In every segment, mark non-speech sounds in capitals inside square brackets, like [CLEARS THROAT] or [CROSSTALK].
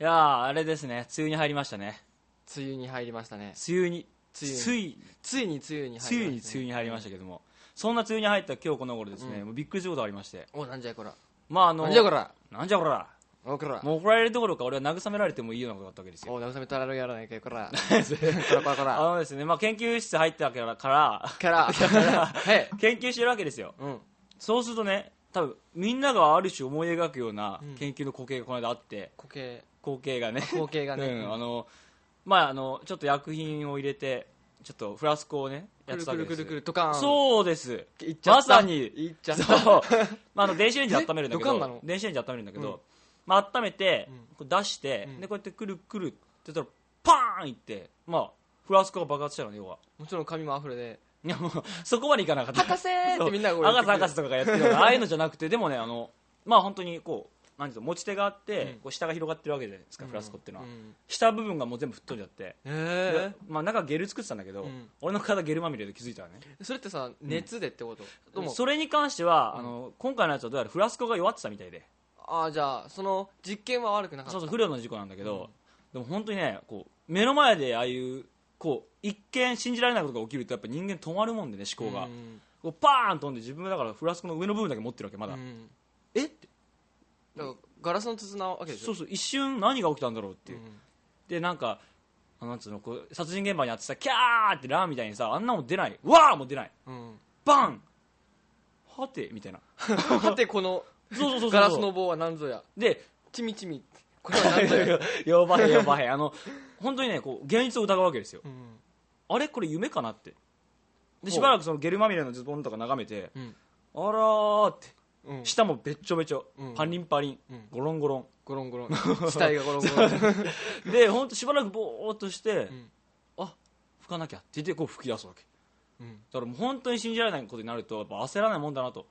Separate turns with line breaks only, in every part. いやーあれですね梅雨に入りましたね
梅雨に入りましたね
梅雨に
梅
つい
ついに梅雨に
梅
入
雨に
りま
梅
した、
雨に入りま
し
したけども、そんな梅雨に入った今日この頃ですね、
うん
もうびっくりすることがありまして
たおなんじゃこら
まああの
なんじゃこら
なんじゃこら
おこら
もう怒られるどころか俺は慰められてもいいようなことだったわけですよ
お慰めたらやらないかよこらこらこらこ
[LAUGHS] あ
ら
のですね、まあ、研究室入ったからから [LAUGHS]
からはい
研究してるわけですよ
うん
そうするとね多分みんながある種思い描くような
うん
研究の光景がこの間あって
固形
光景がね
光景がね
うん、あのまああのちょっと薬品を入れてちょっとフラスコをね
く
やっ
る
て
く
たわけ
る
です
くる
よ
くるドカーン
そうです
ういっちゃった
まさに
いっちゃった
そう、まあ、あ
[LAUGHS]
の電子レンジで温めるんだけ
えドカンな
ど
の
電子レンジで温めるんだけど、
うん
まあ、温めて
うん
こう出して、
うん
でこうやってくるくるって言ったらパーンいって、まあ、フラスコが爆発したのね要は
もちろん髪もあふれで
いやもうそこまでいかなかった
博士ーってみんなが
そ
こ
う
う
赤瀬赤瀬とかがやってるようなああいうのじゃなくてでもねあのまあ本当にこうなんていうの持ち手があって、
うん
こう下が広がってるわけじゃないですか、フラスコっていうのは、
ん
下部分がもう全部吹っ飛んじゃって、
え
でまあ、中ゲル作ってたんだけど、
うん
俺の体ゲルまみれで気づいたらね
えそれってさ熱でってことどうも
それに関しては、
うん
あの今回のやつはどうやらフラスコが弱ってたみたいで
ああじゃあその実験は悪くなかっ
そ
た
うそう不良の事故なんだけど、でも本当にねこう目の前でああいうこう一見信じられないことが起きるとやっぱ人間止まるもんでね思考が、
うん
こうパーン飛んで自分がだからフラスコの上の部分だけ持ってるわけまだ、
うん
えって
だからガラスの筒なわけでしょ
そうそう一瞬何が起きたんだろうっていう、
ん
でなんかあのなんつうのこう殺人現場にあってさキャーってラーみたいにさあんなもん出ないわーも出ない
うん
バンはてみたいな
はてこの
そうそうそうそう
ガラスの棒は何ぞや
で
ちみちみこれは何ぞや、 [LAUGHS]
[LAUGHS] やばいやばいあの本当にねこう現実を疑うわけですよ
うん
あれこれ夢かなって
ほ
で
う
しばらくそのゲルまみれのズボンとか眺めて
うん
あらーって
うん、
舌もべっちょべちょ、
うん
パリンパリン、
うん
ゴロンゴロ
ゴロンゴロン
[LAUGHS]
死体がゴロンゴロン
ンで本当しばらくぼーっとして、
ん
あ吹かなきゃって言ってこう吹き出すわけ
うん
だからもう本当に信じられないことになるとやっぱ焦らないもんだなと、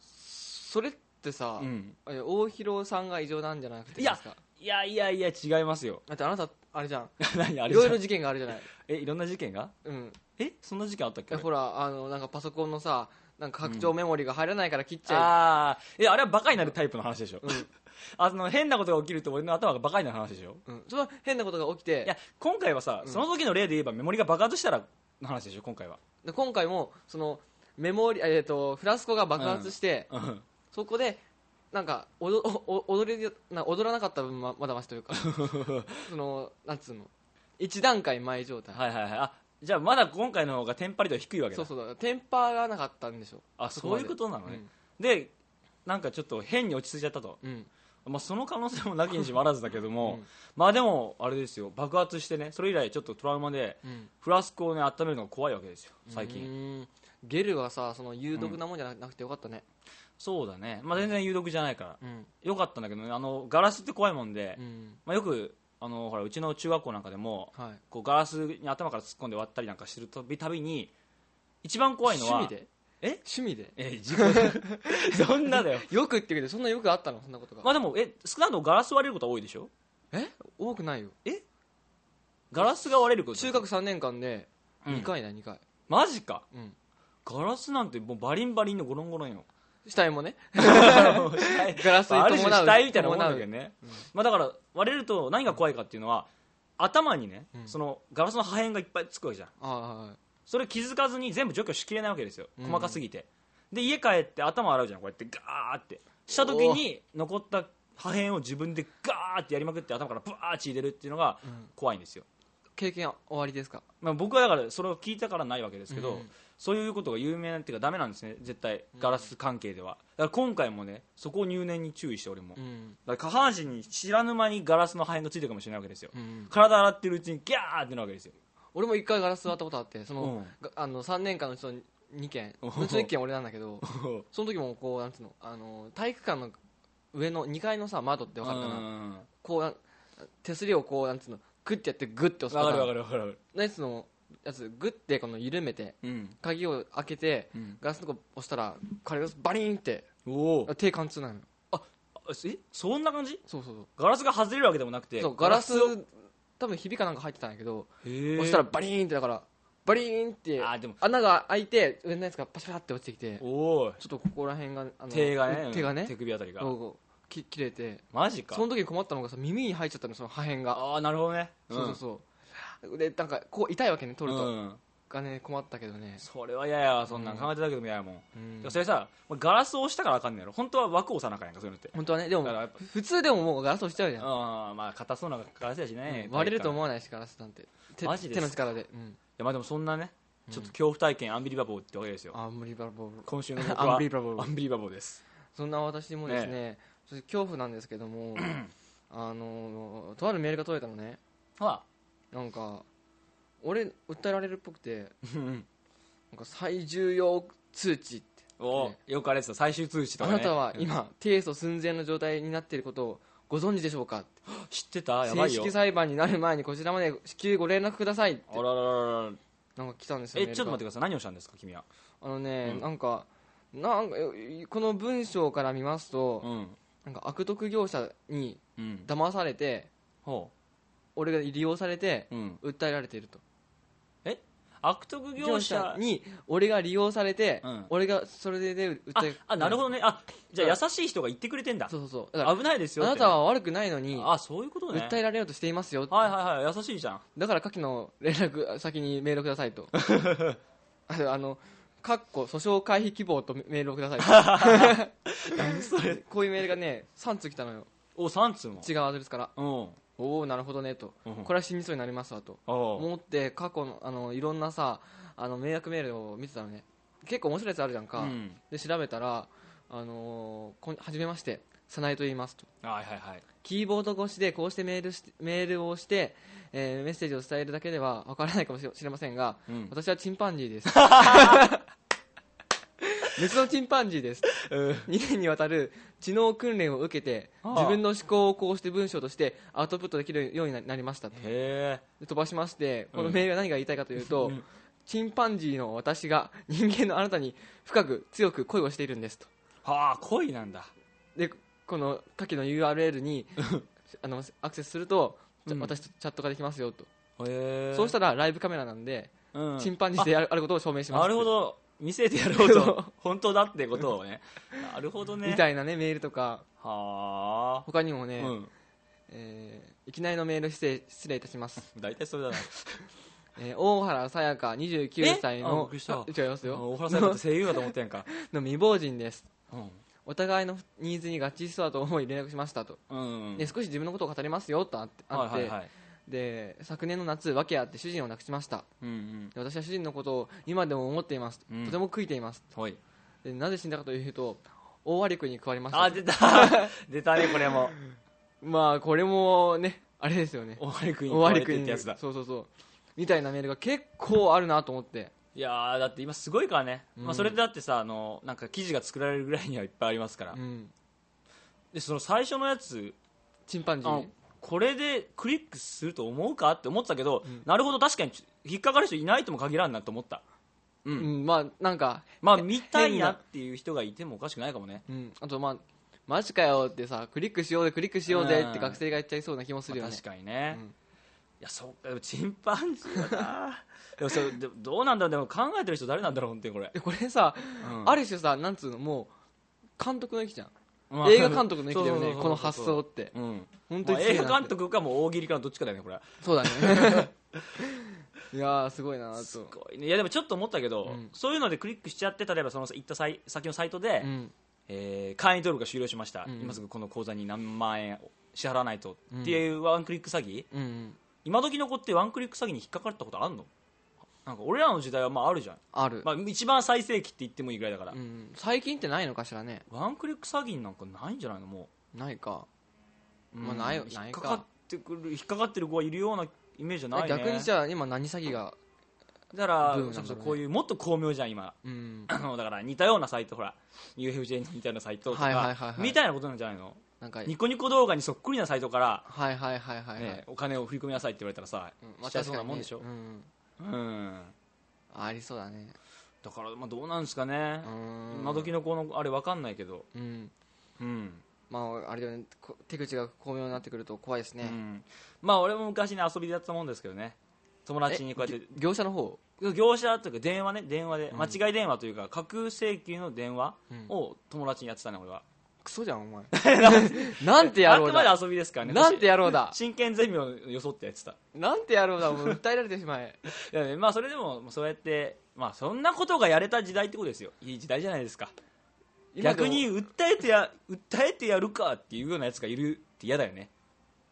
それってさ、
うん
え大広さんが異常なんじゃなくて
い
い
や
ですか
いやいやいや違いますよ [LAUGHS]
だってあなたあれじゃん
何あ
い
れじゃ
ろ
ん
いろ事件があるじゃない、
えいろんな事件が
うん、
えそんな事件あったっけ
えほらあのなんかパソコンのさなんか拡張メモリが入らないから切っちゃい、
ああえあれはバカになるタイプの話でしょ、
うん
[LAUGHS] あの変なことが起きると俺の頭がバカになる話でしょ
うんそれは変なことが起きて
いや今回はさ、その時の例で言えばメモリが爆発したらの話でしょ今回は
で今回もそのメモリ、えー、とフラスコが爆発して、
うん
そこでなんか踊おお踊りな踊らなかった分ままだましとい
[LAUGHS]
うかそのなんつうの一段階前状態、
はいはいはいあじゃあまだ今回の方がテンパリ度は低いわけだ
そうそうだテンパがなかったんでしょ
あ
こ
そ
ま
う
で
いうことなのね、でなんかちょっと変に落ち着いちゃったと、
うん、うん
まあ、その可能性もなきにしもあらずだけども、
うん
まあでもあれですよ爆発してねそれ以来ちょっとトラウマで
うん
フラスコをね温めるのが怖いわけですよ最近、
近ゲルはさその有毒なもんじゃなくてよかったね
そうだね、まあ、全然有毒じゃないから、
うん
よかったんだけどねあのガラスって怖いもんで、
うん
まあ、よくあのほらうちの中学校なんかでも
はい
こうガラスに頭から突っ込んで割ったりなんかしてるたびたびに一番怖いのは
趣味で
え
趣味で
え事故 [LAUGHS] そんなだよ
よく言ってくれそんなよくあったのそんなことが、
まあでもえ少なくともガラス割れることは多いでしょ
え多くないよ
ガラスが割れること
中学3年間で
うん
2回だ2回、
マジか
うん
ガラスなんてもうバリンバリンのゴロンゴロン
[LAUGHS]
よ
死体
[LAUGHS]
もね
ガ
ガラスに
ある種
伴う
死体みたいなもんだけど
伴う
ね、まあ、だから割れると何が怖いかっていうのは頭にね、
うん
そのガラスの破片がいっぱいつくわけじゃん
ああ
それ気づかずに全部除去しきれないわけですよ
うん
細かすぎて、で家帰って頭洗うじゃんこうやってガーってした時に残った破片を自分でガーってやりまくって頭からブワー血出るっていうのが
うん
怖いんですよ、
経験は終わりですか
まあ、僕はだからそれを聞いたからないわけですけど、
うん
そういうことが有名なんていうかダメなんですね絶対ガラス関係では、だから今回もねそこを入念に注意して俺も、
うん
だから下半身に知らぬ間にガラスの破片がついてるかもしれないわけですよ、
うん
体洗ってるうちにギャーってなわけ
[LAUGHS]
ですよ
俺も1回ガラス割ったことあってその,、
うん
があの3年間のうちの2件
お
う
ほ
ちの1件俺なんだけどその時もこうなんつうのあの体育館の上の2階のさ窓って分かるかな、
うん
こうなん手すりをこうなんつうのグッてやってグッて押す
わ
と
かるわか
か
るわかる、
ナイスのやつグッてこの緩めて
うん
鍵を開けて、
うん
ガラスのとこ押したらガラスバリーンって
おお
手貫通なのよ
えそんな感じ
そうそう
ガラスが外れるわけでもなくて
そうそうガラス
を
多分ひびかなんか入ってたんやけど
へえ
押したらバリーンってだからバリーンって
あーでも
穴が開いて上のやつがパシャパシャって落ちてきてちょ
おお
っとここら辺があの
手がね
手がね
手首あたりが
そうそうき切れて
マジか
その時に困ったのがさ耳に入っちゃったのその破片が
ああなるほどね
そうそうそうでなんかこう痛いわけね取ると、
うん
がね困ったけどね
それは嫌やわそんなん考えてたけども嫌やもん、
うん
でもそれさガラスを押したからあかんねやろ本当は枠を押さなあかんやんかそういうのって
本当はねでも
だからやっぱ
普通でももうガラス押しちゃうじゃん、
あまあ硬そうなガラスやしね、
割れると
うい
思わないしガラスなんて手
マジです
手
か
の力で、うん、
やまあでもそんなねちょっと恐怖体験アンビリバボーってわけですよ
アンブリバボール
今週の僕は
アンビリバボー
アンビリバボーです
そんな私もですねちょっと恐怖なんですけ
[CLEARS THROAT]
どもあのとあるメールが届いたのね
は
なんか俺訴えられるっぽくて
うん
なんか最重要通知って
お
ね
ーよくあれですよ最終通知と
あ
か、ね、
なたは今提訴寸前の状態になっていることをご存知でしょうかって
知ってたやばい
正
よ
式裁判になる前にこちらまで至急ご連絡くださいって
あららららら
なんか来たんですよ
え
メールが
ちょっと待ってください何をしたんですか君は
あのね、
うん
なんかなんかえこの文章から見ますと、
うん
なんか悪徳業者に
うん
騙されて
ほ
俺が利用されて
ううん
訴えられていると
悪徳業者
に俺が利用されて、
うん
俺がそれで訴
あ
え
あなるほ
ど
どねあじゃあ優しい人が言ってくれてんだ
そうそうそうだから
危ないですよ
あ
って
なたは悪くないのに
あそういうことね
訴えられようとしていますよ、
はいはいはい優しいじゃん
だから下記の連絡先にメールくださ
[LAUGHS]
いとあのあのかっこ訴訟回避希望とメールをください
[LAUGHS]
と [LAUGHS] こういうメールがね3通来たのよ
お三通も
違うアドレスから
うん
おおなるほどねと、
うん
これは死にそうになりますわと
おう
思って過去のあのいろんなさあの迷惑メールを見てたのね結構面白いやつあるじゃんか、
うん
で調べたら「あのーこんはじめまして早苗と言います」と
はいはいはい
キーボード越しでこうしてメールしメールをして、えーメッセージを伝えるだけではわからないかもしれしれませんが、
うん
私はチンパンジ
[LAUGHS]
ーです別のチンパンジーです2年にわたる知能訓練を受けて
ああ
自分の思考をこうして文章としてアウトプットできるようにななりましたと
へ
で飛ばしましてこ
う
の
ん
メールは何が言いたいかというと、
うん
チンパンジーの私が人間のあなたに深く強く恋をしているんですと
えはあ恋なんだ
でこの下記の URL
[LAUGHS]
にあのアクセスすると、ちゃ
うん
私とチャットができますよと、
へえ
そうしたらライブカメラなんで、
うん
チンパンジーでやるあることを証明します
なるほど見せてやろう
[LAUGHS]
と本当だってことをねなるほどね
みたいなねメールとか
はあ
他にも
う
ね、
ん
えーいきなりのメール失礼失礼いたします
大体それだな
えー大原さやか29歳
えあびっ
の
くりした
違いますよ
大原さんだって声優だと思ってん
[LAUGHS]
か
の未亡人です
うん
お互いのニーズに合致しそうだと思い連絡しましたと、
うん
で少し自分のことを語りますよとあって,、
はいはい
あっ
はい
てで昨年の夏訳あって主人を亡くしました
うんうん
で私は主人のことを今でも思っています、
うん
とても悔いています
ほい
でなぜ死んだかというと大割り君に食われまし
あ
た
出た [LAUGHS] 出たねこれ
[LAUGHS]
も
まあこれもねあれですよね
終わりくん
大割り
食われ
君
てってやつだ
そうそうそうみたいなメールが結構あるなと思って
いやーだって今すごいからね、
うん
まあ、それでだってさあのなんか記事が作られるぐらいにはいっぱいありますから、
うん
でその最初のやつ
チンパンジ
あ
ー
のこれでクリックすると思うかって思ってたけど、なるほど確かに引っかかる人いないとも限らんなと思った
う、
うんん
まあなんか、
まあ見たいなっていう人がいてもおかしくないかもね
うん、あとまあマジかよってさクリックしようでクリックしようで
うん
って学生が言っちゃいそうな気もするよ
まあ
ね、
確かにね、
うん
いやそっかでもチンパンジーだ
[LAUGHS]
なでもそれでもどうなんだろうでも考えてる人誰なんだろう本当にこれ、
でこれさ、
うん
ある種さなんつうのもう監督の域じゃん、
まあ
映画監督の域だよ
[LAUGHS] そうそう
ね
そうそう
この発想って
うん
本当に
まあ
すげえ
映
なって
画監督かもう大喜利かのどっちかだよねこれは
そうだ
[LAUGHS]
ねいやーすごいな
す
ーと
ごいねいやでもちょっと思ったけど、
うん
そういうのでクリックしちゃって例えばその行ったさい先のサイトで、
うん
えー会員登録が終了しました、
うん
今すぐこの口座に何万円支払わないとっていうワンクリック詐欺、
うんうん
今時の子ってワンクリック詐欺に引っかかったことあんのなんか俺らの時代はまああるじゃん、
ある、
まあ、一番最盛期って言ってもいいぐらいだから、
うん、最近ってないのかしらね
ワンクリック詐欺なんかないんじゃないのも
ないか、
う、
まあない
うん引
な
っ
い
か
か
かってくる引っかかってる子はいるようなイメージじゃないね
逆にじゃあ今何詐欺が
だから、
ブームなんだろうね
それこそこういうもっと巧妙じゃん今 [LAUGHS]
うん
あのだから似たようなサイトほら UFJ みたいなサイトと
はいはいはい
か
はい
みたいなことなんじゃないの
なんか
ニコニコ動画にそっくりなサイトから、
はいはいはいはいはい、
ねお金を振り込みなさいって言われたらさ、
うん
しちゃいそうなもんでしょ、
確かにね
うん、
うん、ありそうだね
だから、まあ、どうなんですかね
う、ん
今時の子のあれわかんないけど、
うん
うん
まああれだよねこ手口が巧妙になってくると怖いです
う
ね、
んまあ俺も昔ね遊びでやってたもんですけどね友達にこうやって
業者の方
業者というか電話ね電話で、間違い電話というか架空請求の電話
うん
を友達にやってたね俺は
クソじゃんお前
[LAUGHS]
なんて野
あ
郎
くまで
だ
遊びですからね
なんて野郎だ
真剣ゼミをよそってやってた
なんて野郎だお前訴えられてしまえ
いやねまあそれでもまあそうやってまあそんなことがやれた時代ってことですよいい時代じゃないですか
今でも
逆に訴えてや訴えてやるかっていうようなやつがいるって嫌だよね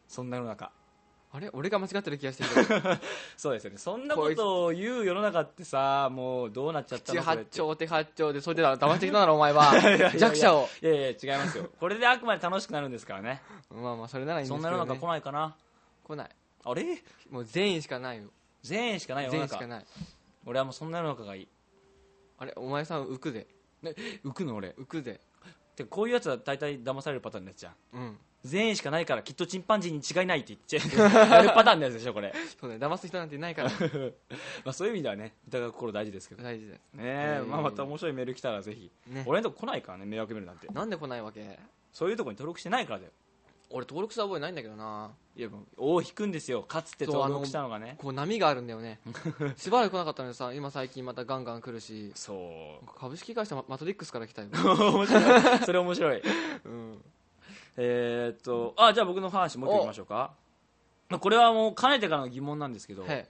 そんな世の中
あれ俺が間違ってる気がして
[LAUGHS]
るけど
そうですよねそんなことを言う世の中ってさもうどうなっちゃった
口
のそれっ
八
て
丁手八丁でそれで騙してきたならお前
[LAUGHS]
は
いやいやいや
弱者を
いやいや違いますよこれであくまで楽しくなるんですからね
まあまあそれならいいんで
そん
すけ
な世の
ど、ね
中、来ないかな
来ない
あれ
もう善意しかないよ
全員しかない世の
善意しか
中
ない
俺はもうそんな世の中がいい
あれお前さん浮くぜ
浮くの俺
浮くぜ
てかこういうやつは大体騙されるパターンのやつじゃん
うん
全員しかないからきっとチンパンジーに違いないって言って
[LAUGHS]
やるパターンのやつでしょこれ、 [LAUGHS]
そうね騙す人なんていないから
まあ、そういう意味ではね疑う心大事ですけどね
大事だよ
え
うん
まあ、また面白いメール来たらぜひ、
ね
俺のとこ来ないからね迷惑メールなんて
なんで来ないわけ
そういうとこに登録してないからだよ
俺登録した覚えないんだけどない
やもう尾を引くんですよかつて登録したのがね
こう波があるんだよ
[LAUGHS]
ねしばらく来なかったのにさ今最近またガンガン来るし
そう
株式会社ママトリックスから来たよ
[LAUGHS] 面白いそれ面白い
うん
えーっとあじゃあ僕の話もう一個いきましょうかまあこれはもうかねてからの疑問なんですけど、
はい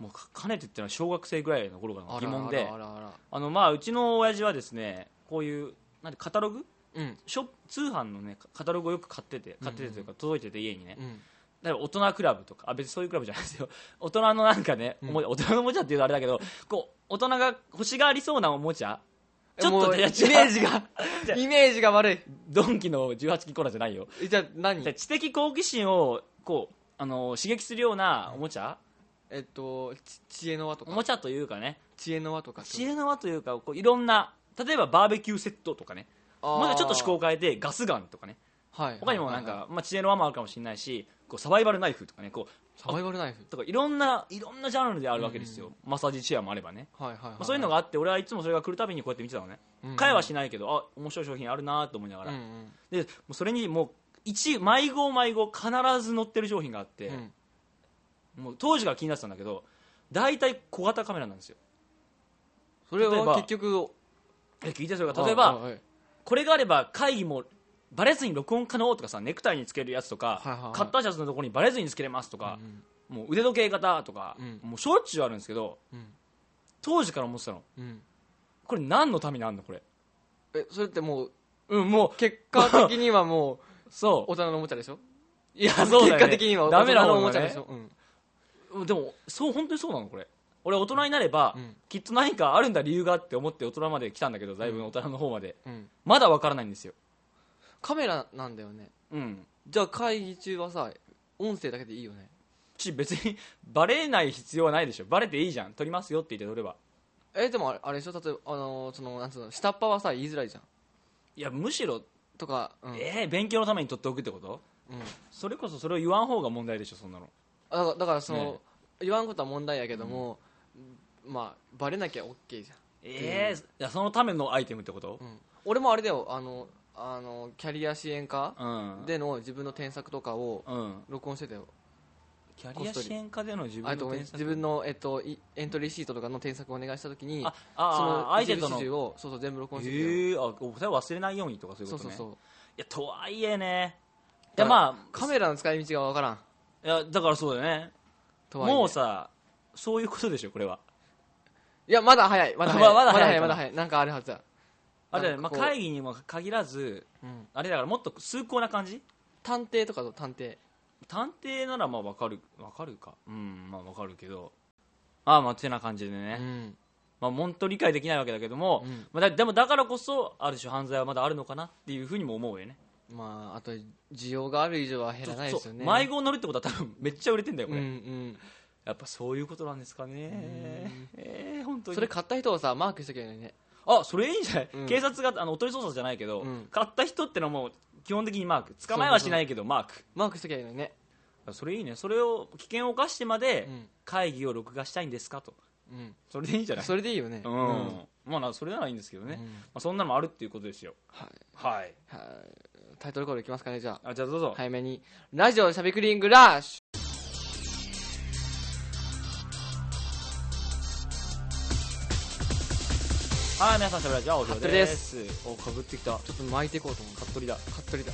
もうかかねてってのは小学生ぐらいの頃からの
あ
疑
ら
問で
あらあらあら
あのまあうちの親父はですねこういうなんてカタログ
うん
ショップ通販のねカタログをよく買ってて買っててというか届いてて家にね
うん
例えば大人クラブとかあ別にそういうクラブじゃないですよ [LAUGHS] 大人のなんかね、
うん
おも大人のおもちゃっていうとあれだけどこう大人が欲しがありそうなおもちゃちょっ
も
と
う
ね
イ
い
メ
や違う
ージが
じゃあ
イメージが悪い
[LAUGHS] ドンキの18金コーナーじゃないよ
えじゃあ何
じゃあ知的好奇心をこうあの刺激するようなおもちゃ
えっとち知恵の輪と
お
か
もちゃというかね
知恵の輪とか
知恵の輪というかこういろんな例えばバーベキューセットとかねもうちょっと趣向を変えてガスガンとかね
向はい
他にもなん
はいはい
か、まあ、知恵の輪もあるかもしれないしこうサバイバルナイフとかねこう
サバイバルナイフ
とかいろんないろんなジャンルであるわけですよ、マッサージチェアもあればね、
はいはいは
ま
い
あ、そういうのがあって俺はいつもそれが来るたびにこうやって見てたのね、
うん
買えはしないけどあ面白い商品あるなと思いなが
う
ら、
んうん
でもうそれにもう一迷子迷子必ず載ってる商品があって、
うん
もう当時から気になってたんだけど大体小型カメラなんですよ
それ
例えば
は結局
え聞いてそれが例えば
はいはい
これがあれば会議もバレずに録音可能とかさネクタイにつけるやつとか、
はいはいはい
カッターシャツのところにバレずにつけれますとか、もう腕時計型とか、
うん
もうしょっちゅうあるんですけど
うん
当時から思ってたの
うんうん
これ何のためにあんのこれ
えそれってもう
うんも
結果的には
[LAUGHS]
もう
うそ
大人のおもちゃでしょ
ういやそうだ、ね、
結果的には
ダ
大
メ
人
な
の
方
おも
も
ちゃで
ね
しょ、うん
でもそう本当にそうなのこれ俺大人になれば、
うん
きっと何かあるんだ理由がって思って大人まで来たんだけどだいぶ大人の方まで、
うん、
まだわからないんですよ
カメラなんだよね
うん
じゃあ会議中はさ音声だけでいいよね
ち別にバレない必要はないでしょバレていいじゃん撮りますよって言って撮れば
えでもあれあれでしょ例えば、あのーそのなんつうの下っ端はさ言いづらいじゃん
いやむしろ、
とか、うん
えー勉強のために撮っておくってこと
うん、
それこそそれを言わん方が問題でしょそんなの
あだからだからその、
ね
言わんことは問題やけども、まあバレなきゃ OK じゃん、
ええいやそのためのアイテムってこと
うん、俺もあれだよあのあのキャリア支援課
うん
での自分の添削とかを
うん
録音してたよ
キャリア支援課での自
あ
分
と
の添
自
削
分の、えっと、いエントリーシートとかの添削をお願いしたときに
ああ
その
あ相手と
一部
のえ
始終をそうそう全部録音してたよ
えあおそれ忘れないようにとかそういう
そ
こ
う
と
そ
ね
うそう
いやとはいえねい
だ
や
から
ま
カメラの使い道がわからん
あいやだからそうだよね
とはいえ
もうさそういうことでしょこれはい
やまだ早いまだ早い
まだ早い
まだ早いなんかあるはずだ
あれだよね
な
ま
ん
あ、
かこう
会議にも限らず
うん
あれだからもっと崇高な感じ
探偵とかと探偵
探偵ならまあわかるわかるかうんまあわかるけどああまあてな感じでね、
うん
まあ本当理解できないわけだけども、
うん
まあ、だでもだからこそある種犯罪はまだあるのかなっていうふうにも思うよね
まああと需要がある以上は減らないですよ
そ
ね
う迷子に乗るってことは多分めっちゃ売れてんだよ
う
こ
ん
れ、
うん
やっぱそういうことなんですかねえー、本当に
それ買った人をさマークしときゃいいのにね
あそれいいんじゃない、
うん
警察があのおとり捜査じゃないけど、
うん
買った人ってのはもう基本的にマーク捕まえはしないけどマーク
マークしときゃいいのにね
それいいねそれを危険を冒してまで
うん
会議を録画したいんですかと
うん
それでいいんじゃない
それでいいよね
うん、まあなそれならいいんですけどね、
うん
まあ、そんなのもあるっていうことですよ
はい
はい
はいタイトルコールいきますかねじゃあ
あじゃあどうぞ、
早めにラジオしゃべくりングラッシュ
はい皆さんしゃべラジオはおし
服部です
おかぶってきた
ちょっと巻いていこうと思う
服部だ
カットリだ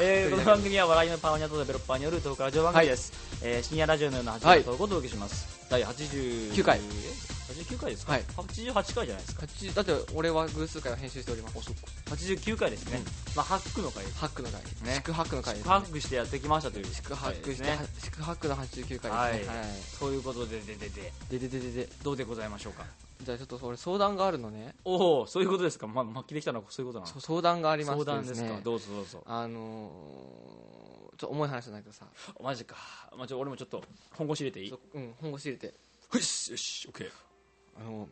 えー、この番組は笑いのパワーニャとデベロッパーによるトークラジオ番組です、えー深夜ラジオのような8
はい
時のトークをお届けします、第89
9回
え89回ですか、
はい
88回じゃないですか
80だって俺は偶数回を編集しております
89回ですね、
うん
まあ、ハックの回
ハックの回
ね
宿泊の回です
ハックしてやってきましたという
宿泊し
回
て
ですね
宿泊の89回ですね
はい
はい
ということでででで
ででででで
どうでございましょうか
じゃあちょっと俺相談があるのね
おおそういうことですか、ま、末期できたのはそういうことなの
そう相談がありまして
相談ですか
ね
どうぞどうぞ
あのーちょっと重い話じゃないけどさ
マジか、まあ、ちょ俺もちょっと本腰入れていい
ちょうん本腰入れて
よしよしオッケー
あの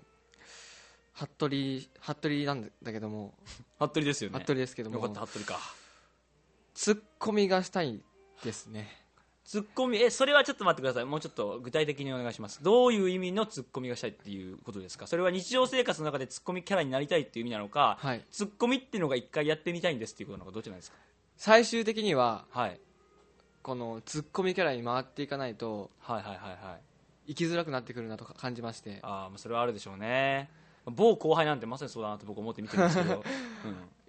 服部服部なんだけども
服部ですよね
服部ですけど
よかった
も
服部か
ツッコミがしたいですね
ツッコミえそれはちょっと待ってくださいもうちょっと具体的にお願いしますどういう意味のツッコミがしたいっていうことですかそれは日常生活の中でツッコミキャラになりたいっていう意味なのか、
はい
ツッコミっていうのが一回やってみたいんですっていうことなのかどっちなんですか
最終的には
はい
このツッコミキャラに回っていかないと
はいはいはいはい
生きづらくなってくるなとか感じまして
あーまあそれはあるでしょうね某後輩なんてまさにそうだなと僕思って見てるんですけ [LAUGHS] ど、うん、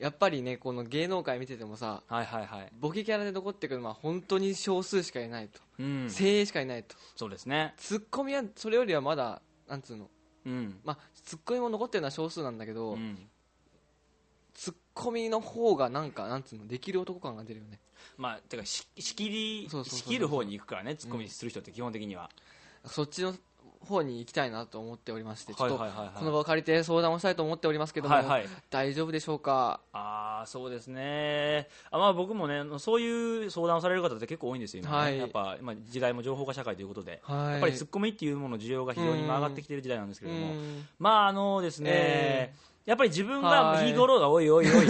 やっぱりねこの芸能界見ててもさ
はいはいはい、
ボケキャラで残ってくるのは本当に少数しかいないと
うん、
精鋭しかいないと
そうですね
ツッコミはそれよりはまだなんつうの
うん、
まあツッコミも残ってるのは少数なんだけど、
うん
ツッコミの方がなんかなんつうのできる男感が出るよね
まあてかし仕切り
そうそうそうそ
仕
う
切る方に行くからねツッコミする人って基本的には、
そっちの方に行きたいなと思っておりましてちょっと
はいはいはいはい
この場を借りて相談をしたいと思っておりますけども、
はいはい
大丈夫でしょうか
ああそうですねあ、まあ、僕もねそういう相談をされる方って結構多いんですよ今ね、
はい
やっぱ今時代も情報化社会ということで、
はい
やっぱりツッコミっていうものの需要が非常に今上がってきてる時代なんですけれども、
うん
まああのですね、
え
やっぱり自分
は
が
い
日頃がおいおい [LAUGHS] おい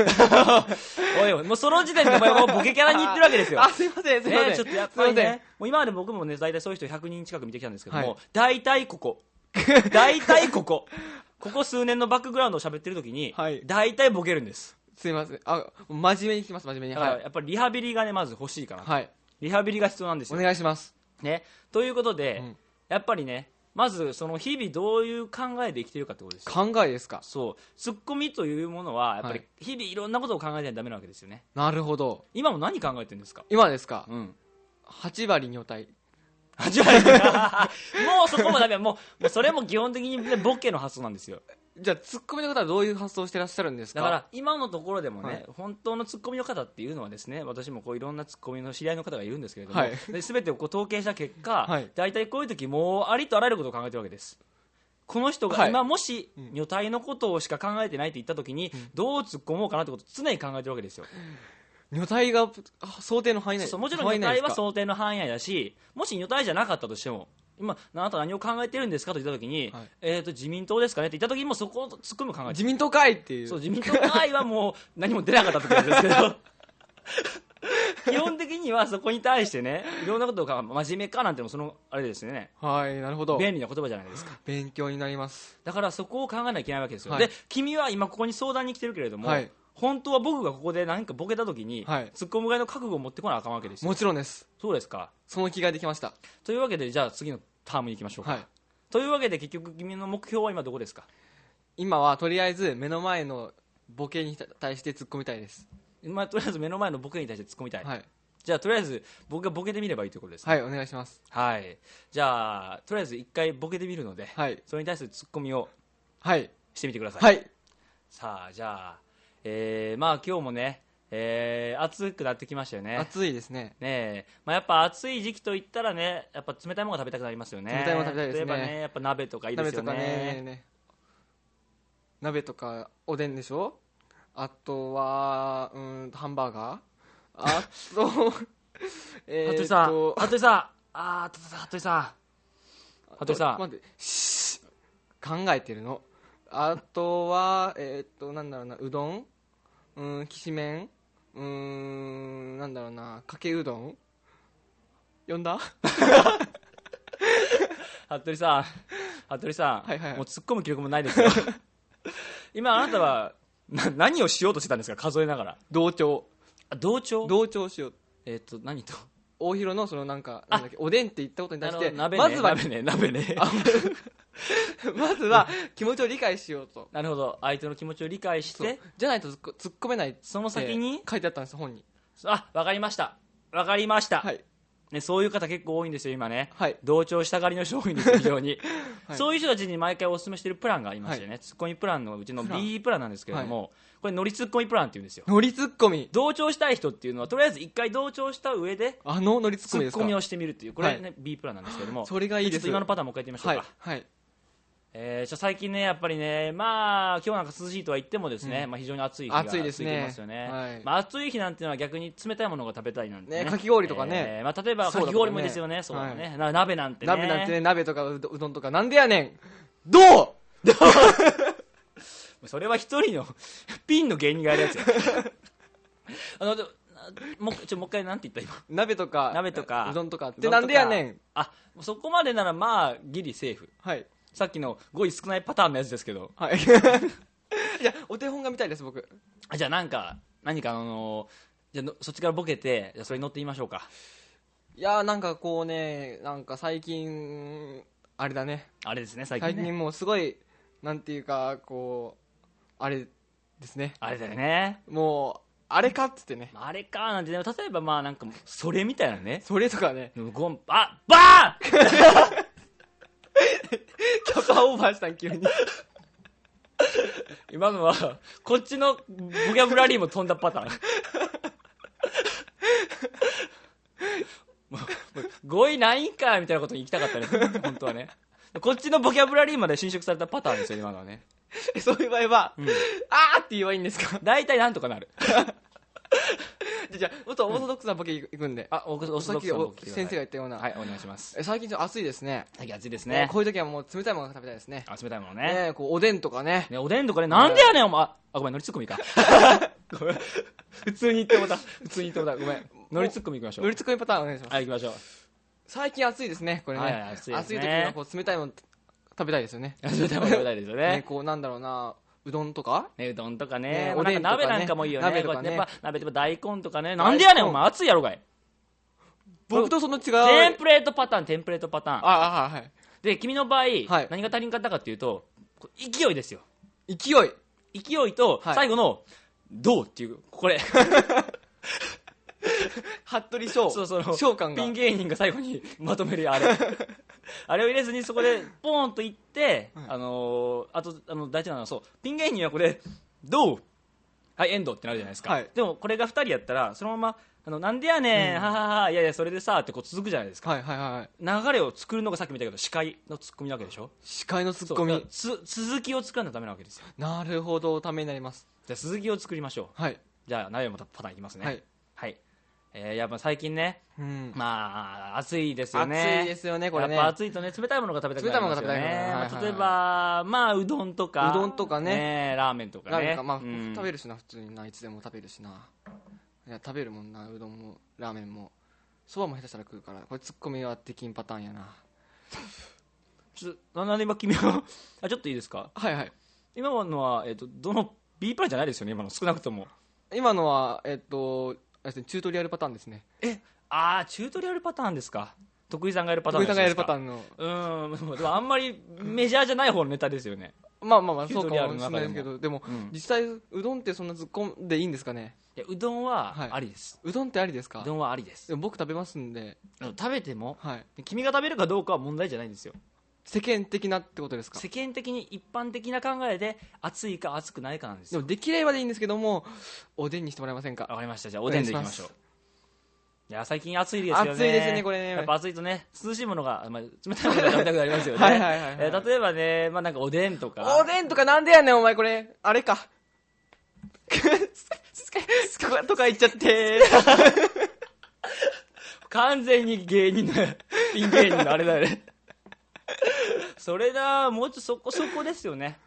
おいおいもうその時点でお前はもうボケキャラに行ってるわけですよ
あすいませんすいません、
ね、ちょっとやっぱり
すいません
ね、もう今まで僕もね、大体そういう人100人近く見てきたんですけども、
はい
大体こ
[LAUGHS]
こ、大体ここ、ここ数年のバックグラウンドを喋ってる時に、
はい
大体ボケるんです。
すいませんあ真面目に聞きます真面目に
だから
はい、
やっぱりリハビリがね、まず欲しいから、
はい、
リハビリが必要なんです
お
よ。
願いします
ね、ということで、
うん
やっぱりね、まずその日々どういう考えで生きてるかってことですよ。
考えですか
そう、ツッコミというものは、やっぱり
は
日々いろんなことを考えてないとダメなわけですよね。
なるほど
今も何考えてるんですか
今ですか、
うん。
8割女体
8割もうそこもダメもうもうそれも基本的に、ね、ボケの発想なんですよ
じゃあツッコミの方はどういう発想をしてらっしゃるんですか
だから今のところでもね、
はい
本当のツッコミの方っていうのはですね私もこういろんなツッコミの知り合いの方がいるんですけれども、
はい
で全てをこう統計した結果、
はい
大体こういう時もうありとあらゆることを考えてるわけですこの人が
はい
今もし
うん
女体のことをしか考えてないって言った時にどう突っ込もうかなってことを常に考えてるわけですよ
女体があ想定の範囲内
そうもちろん
範囲
女
内で
体
すか
は想定の範囲内だしもし女体じゃなかったとしても今あなた何を考えてるんですかと言った時に、
はい
えー、と自民党ですかねって言った時にもそこを突っ込む考え
自民党かいっていう
そう自民党の場合はもう何も出なかったってことですけど [LAUGHS] 基本的にはそこに対してねいろんなことが真面目かなんてのもそのあれですよね
はいなるほど
便利な言葉じゃないですか
勉強になります
だからそこを考えなきゃいけないわけですよ、
はい
で君は今ここに相談に来てるけれども、
はい
本当は僕がここで何かボケた時に、
はい
突っ込むぐらいの覚悟を持ってこなあかんわけですよ
もちろんです
そうですか
その気ができました
というわけでじゃあ次のタームに行きましょうか、
はい
というわけで結局君の目標は今どこですか
今はとりあえず目の前のボケに対して突っ込みたいです
まあ、とりあえず目の前のボケに対して突っ込みたい、
はい
じゃあとりあえず僕がボケてみればいいということですね
はいお願いします
はい、じゃあとりあえず一回ボケてみるので、
はい
それに対するツッコミを
はい
してみてください、
はい
さあじゃあ、えーまあ今日もね、えー暑くなってきましたよねね
暑いですね
え、まあ、やっぱ暑い時期といったらねやっぱ冷たいものが食べたくなりますよね
冷たいもの食べたいですね
例えばねやっぱ鍋とかいいで
鍋
すよ
とか
ね
ねね鍋とかおでんでしょあとはうーんハンバーガーあ
[LAUGHS]
とえ
服
ー
部
っ
さん
と
服部さんあー服部さん服部さん
待ってシー考えてるのあとはえーっとなんだろうなうどんうーんきしめんうーんなんだろうなかけうどん呼んだ
服部さん服部さん、
はいはいはい
もう突っ込む気力もないですよ
[LAUGHS]
今あなたはな何をしようとしてたんですか数えながら
同調
あ同調
同調しよう
えっ、と何と
大広のそのなんかなんだっけおでんって言ったことに対して、
なるほど鍋
ま
ね
ずは
鍋ね鍋ね
[LAUGHS] まずは気持ちを理解しようと
[LAUGHS] なるほど相手の気持ちを理解し
そう
て
じゃないと突っこ突っ込めないって
その先に
書いてあったんです本に
あわかりましたわかりました、
はい
ね、そういう方結構多いんですよ今ね
はい
同調したがりの人多いんですよ非常に、
[LAUGHS] はい
そういう人たちに毎回お勧めしてるプランがありましてね、ツッコミプランのうちの
プラン
B プランなんですけれども、これ乗りツッコミプランっていうんですよ
乗りツッコミ
同調したい人っていうのはとりあえず一回同調した上で
あの乗りツッ
ツ
コミで
ッ
す
コ
か
ミをしてみるっていうこれ、ね
は
B プランなんですけれども
それがいいで
ちょっ
す
と今のパターンもう一回やってみましょう
は
か、
いはい
えーじゃあ最近ね、やっぱりね、まあ今日なんか涼しいとは言っても、ですね、まあ、非常に暑い日が
暑いですね
続てますよね、
はい
まあ、暑い日なんてのは逆に冷たいものが食べたいなんてね、
ねかき氷とかね
えーまあ、例えば
そ
か
うだ
き
とかね
氷もいいですよね、そうだね、な鍋なんてね、
鍋なんてね鍋とかうどうどんとかなんでやねんど
それは一人の [LAUGHS] ピンの芸人がやるやつや [LAUGHS] あのでももうちょもう一回、なんて言った、今、
う鍋とか
鍋とか
うどんとかっ
う
て
どとか
なんでやねん
あそこまでなら、まあ、ギリセーフ、
はい
さっきの語彙少ないパターンのやつですけど、 [LAUGHS]
はいいやお手本が見たいです僕
あじゃあ、なんか、何か、あのじゃあのそっちからボケて、じゃあそれに乗ってみましょうか。
いやーなんかこうねなんか最近あれだね
あれですね、最近
最
ね。
近もうすごいなんていうかこうあれですね
あれだよね。
もうあれかっつってね
あれかなんて、ね、例えばまあなんか、それみたいなね。
それとかね
ゴン、あ、バーン
キャパオーバーしたん
[LAUGHS]
急に
今のは、こっちのボキャブラリーも飛んだパターン。もうもう語彙ないんかみたいなことに行きたかったね。本当はね。こっちのボキャブラリーまで侵食されたパターンですよ、今のはね。
そういう場合は、あーって言えばいいんですか [LAUGHS]
大体なんとかなる。
じゃあじゃあもっとオーソドックスなボケいくんで、
あ、お、お、お、
さっきお先生が
が。
言ったような、
はい、お願いします。
え最近ちょっと暑いですね
最近暑いです
ね
ね。
こういう時はもう冷たいものが食べたいですね
あ冷たいものね。
ねこうおでんとかね
ね、おでんとかね、なんでやねん、お前。あ、ごめん、乗りツッコミか。ごめん。普通に言ってもうた。普通に言ってもうた。ごめん。乗りツッコミ行きましょう。
乗りつくみパターンお願いします
はい、行きましょう。
最近暑いですねこれね、
はいはい暑いですね
時にはこう冷たいもの食べたいですよね
冷たいもの食べたいですよ
ね
ね。
こうなんだろうなうどんとか
ね、うどんとかね
ね。
お
お
で
で
ん
ん
か
とかね
鍋なんかもいいよね。
鍋とかね
こうやってやっぱ鍋とか大根とかね。なんでやねん、お前。熱いやろがい。
僕とその違う
テンプレートパターン、テンプレートパターン。
ああはい
で、君の場合、
はい
何が足りんかったかっていうと、こう勢いですよ。
勢い
勢いと、
はい
最後の、どうっていう、これ。
服部翔
そうそう
翔感が
ピン芸人が最後に [LAUGHS] まとめる
[LAUGHS]
あれあれを入れずにそこでポーンといって、あのーあとあの大事なのはそうピン芸人はこれどうはいエンドってなるじゃないですか、
はい
でもこれが2人やったらそのままあのなんでやねん、ははははいやいやそれでさってこう続くじゃないですか
はいはいはい
流れを作るのがさっきも言ったけど司会のツッコミなわけでしょ
司会のツッ
そう
コ
だか
ミ
らつ続きを作らないとダメなわけですよ
なるほどためになります
じゃあ続きを作りましょ
はいう
じゃあ鍋もパターンいきますね
はい、
はいえーやっぱ最近ね
うん
まあ暑いですよ
暑い
ね
ですよねこれね
やっぱ暑いとね冷たいものが食べたくなりますよね
冷たいものが食べたくなる
まあ
はいはいはい
例えばまあうどんとか
うどんとかね
えラーメンとかね
なんかまあ、
うん
食べるしな普通にないつでも食べるしないや食べるもんなうどんもラーメンもそばも下手したら食うからこれツッコミはできんパターンやな
ちょっとななんで今君は [LAUGHS] あちょっといいですか
はいはい
今のは、えっとどの B プランじゃないですよね今の少なくとも
今のはえっとあれですねチュートリアルパターンですね
ああチュートリアルパターンですか徳井さんがやるパターン
徳井さんがやるパター
ン
ンの
うーん [LAUGHS] でもあんまりメジャーじゃない方のネタですよね
まあまあまあ
チュート
そうか
リアル
も
の
しれ
中
ない
で
で
も
すけどでも、
うん
実際うどんってそんな突っ込んでいいんですかね
いやうどん
はい
はありです、
うどんってありですか
うどんはありです
でも僕食べますんで、
でも食べても
はい、
君が食べるかどうかは問題じゃないんですよ
世間的なってことですか
世間的に一般的な考えで熱いか熱くないかなんです
で
よ
もできればでいいんですけどもおでんにしてもらえませんか
わかりましたじゃあおでんでいきましょう
お願いし
いや最近暑いですよね
暑いですねこれね
やっぱ暑いとね涼しいものが、まあ、冷たいものが食べたくなりますよね
[LAUGHS] はいはいはいはい
えー例えばね、まあ、なんかおでんとか
おでんとかなんでやねんお前これあれかとか言っちゃって
完全に芸人のピン芸人のあれだよね [LAUGHS] それだもうちょっとそこそこですよね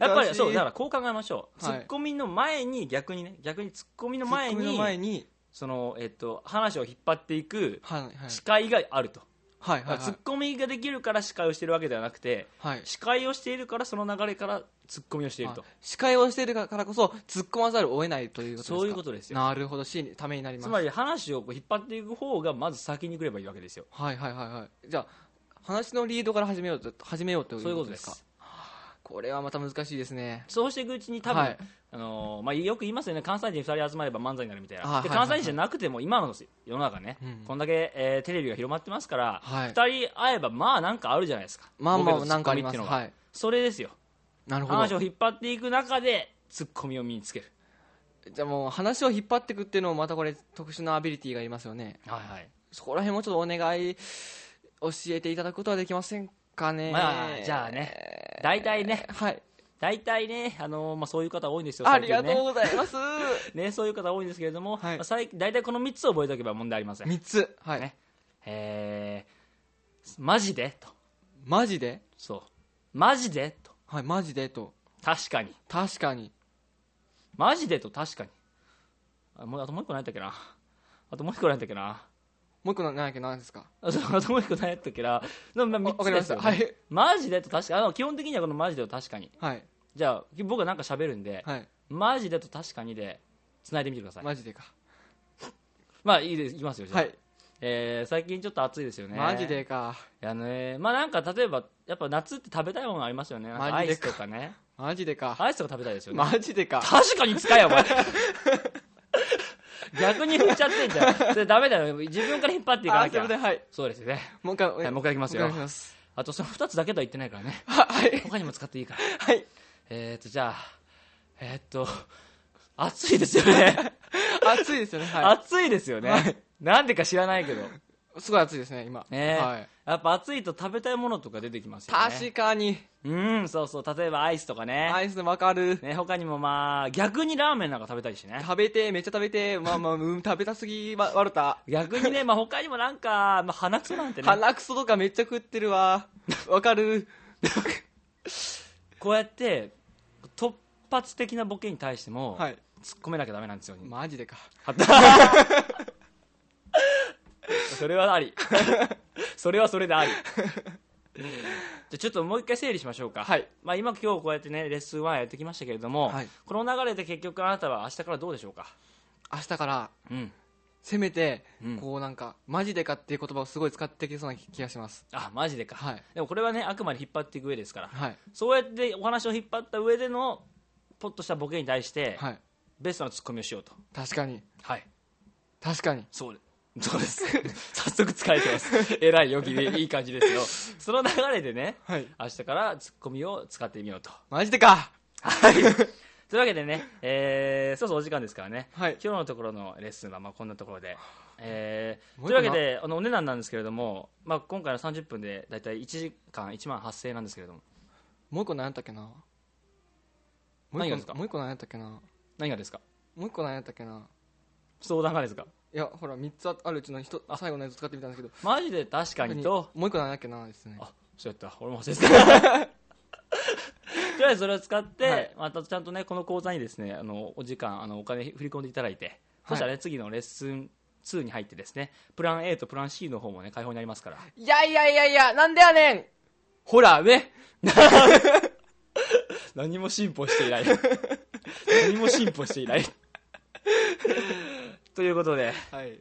やっぱりそうだからこう考えましょう、
はい
ツッコミの前に逆にね逆にツッコミの前
ツッコミ
に
の前に
その、えっと話を引っ張っていく
はいはい
司会があると
はいはい
ツ
は
ッコミができるから司会をしてるわけではなくて
い、はい、
司会をしているからその流れからツッコミをしていると
あ司会をしているからこそ突っ込まざるを得ないということですか
そういうことですよ
なるほどしためになります
つまり話をこう引っ張っていく方がまず先に来ればいいわけですよ
はいはいはいはいじゃあ話のリードから始めようと始めようという
そういう
こ
ことと
で
ですす
かこれはまた難しいですね
そうしていくうちに多分、
はい
あのーまあ、よく言いますよね関西人2人集まれば漫才になるみたいな、
あ
で
はいはいは
関
い
西人じゃなくても今の世の中ね、
うん
こんだけ、えーテレビが広まってますから、
はい
2人会えばまあなんかあるじゃないですか
まあま
ボケ
あ
とツ
なん
ッ
かあ
コ
り
ミってい
ます
うのは
はい
それですよ
なるほ
話
ど
を引っ張っていく中でツッコミを身につける
じゃあもう話を引っ張っていくっていうのもまたこれ特殊なアビリティがいりますよね
はいはい
そこら辺もちょっとお願い教えていただくことはできませんかね
まあじゃあね大体ね
はい
大体ね、あのーまあ、そういう方多いんですよ
あ
最
り
近
がと
ね
うござ
[LAUGHS]
います
ね、そういう方多いんですけれども、
はい
まあ、最大体この3つを覚えておけば問題ありません
三つはい
ねえー、マジでと
マジで
そうマジでと
はいマジでと
確かに
確かに
マジでと確かにあもうあともう一個何やったっけなあともう一個何やったっけな
もう一個な何やっけ何ですか
あそうあともう一個何やったっけなでもまあ
わ
3つ
わかりま
で
し
す
た
よ、ね
はい
マジでと確かにあの基本的にはこのマジでと確かに
はい
じゃあ僕がなんか喋るんで、
はい
マジでと確かにで繋いでみてくださいま
マジでか
あいいですいきますよじゃあ、
はい
えー最近ちょっと暑いですよね
マジでか
いやねまあなんか例えばやっぱ夏って食べたいものありますよねなんか
マ
ア
ジで
イ
か
スとかね
マジでか
アイスとか食べたいですよね
マジでか
確かに使えよ、お前。逆に振っちゃってんじゃん。それダメだよ。自分から引っ張っていかな
あすい
き
ま
ゃ
せ。んはい
そうですね。
もう一回お
はい、
願
もう一回いきます
お願
よ
いし。ます
あと、その二つだけとは言ってないからね。
ははい
他にも使っていいから。
はい
えーっと、じゃあ、えーっと、暑いですよね。
暑いですよねは
暑いですよね。なんでか知らないけど。
いすごい暑いですね今
ね
はい
やっぱ暑いと食べたいものとか出てきますよね。
確かに
うん、そうそう。例えばアイスとかね。
アイスわかる
ね、他にもまあ、逆にラーメンなんか食べたいしね。
食べてめっちゃ食べてま
[LAUGHS]
あまあうん食べたすぎわ悪た
逆にね、まあ他にもなんか、まあ鼻くそなんてね。
鼻くそとかめっちゃ食ってるわわかる
[LAUGHS] こうやって突発的なボケに対しても、
はい
突っ込めなきゃダメなん
[LAUGHS]
ですよ、
マジでか
それはあり [LAUGHS] それはそれでありじゃあちょっともう一回整理しましょうか、
はい
まあ、今今日こうやってねレッスン1やってきましたけれども、
はい
この流れで結局あなたは明日からどうでしょうか
明日から
うん
せめて
うん
こうなんかマジでかっていう言葉をすごい使ってきそうな気がします
あマジでか、
はい
でもこれはねあくまで引っ張っていく上ですから
はい
そうやってお話を引っ張った上でのポッとしたボケに対して、
はい
ベストなツッコミをしようと
確かに
はい
確かに
そう [LAUGHS] でそうです早速使えてます [LAUGHS] 偉いよ君いい感じ [LAUGHS] ですよその流れでね
はい
明日からツッコミを使ってみようと
マジでか
[LAUGHS] はい [LAUGHS] というわけでね、えー、そうそうお時間ですからね、
はい
今日のところのレッスンはまあこんなところで、えー、
もう
という
一個
わ
な
けであのお値段なんですけれども、まあ、今回の30分でだいたい1時間1万8000円なんですけれども
もう一個何やったっけなもう
何
一
が
個
ですか
もう一個何やったっけな
何がですか
もう一個何やったっけな
相談がですか
いやほら3つああるうちの一あ最後のやつ使ってみたんですけど
マジで確かにと
もう一個何やったっけなですね
あそうやった俺も忘れ
[LAUGHS]
てたとりあえずそれを使って、
はい
またちゃんとねこの口座にですねあのお時間あのお金振り込んでいただいて、そしたらね次のレッスン2に入ってですねプラン A とプラン C の方もね開放になりますから
いやいやいやいやなんでやねんほらね
[LAUGHS] 何も進歩していない何も進歩していない
[LAUGHS]
ということで
はい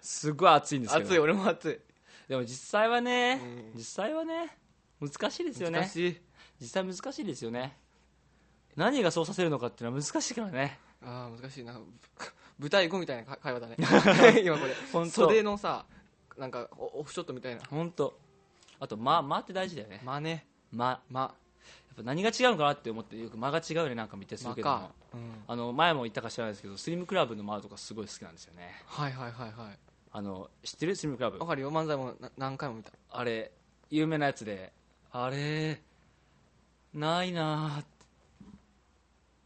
すごい暑いんですけど
熱い俺も熱
でも実際はね、
う
実際はね難しいです
い
よ
難
ね
しい
実際難しいですよね何がそうさせるのかっていうのは難しいからね
あー難しいな舞台後みたいなか会話だ
[LAUGHS]
ね今こ
ほ
れ
んと
袖のさなんかオオフショットみたいな
本当あと間間って大事だよね
まね
間や
ま
っぱ何が違うのかなって思ってよく間が違うよねなんか見てす
ま
るけども
かうん
あの前も言ったか知らないですけどスリムクラブの間とかすごい好きなんですよね
はいはいはいは
あの知ってるスリムクラブ
いわかるよ漫才もな何回も見た
あれ有名なやつであれないなーって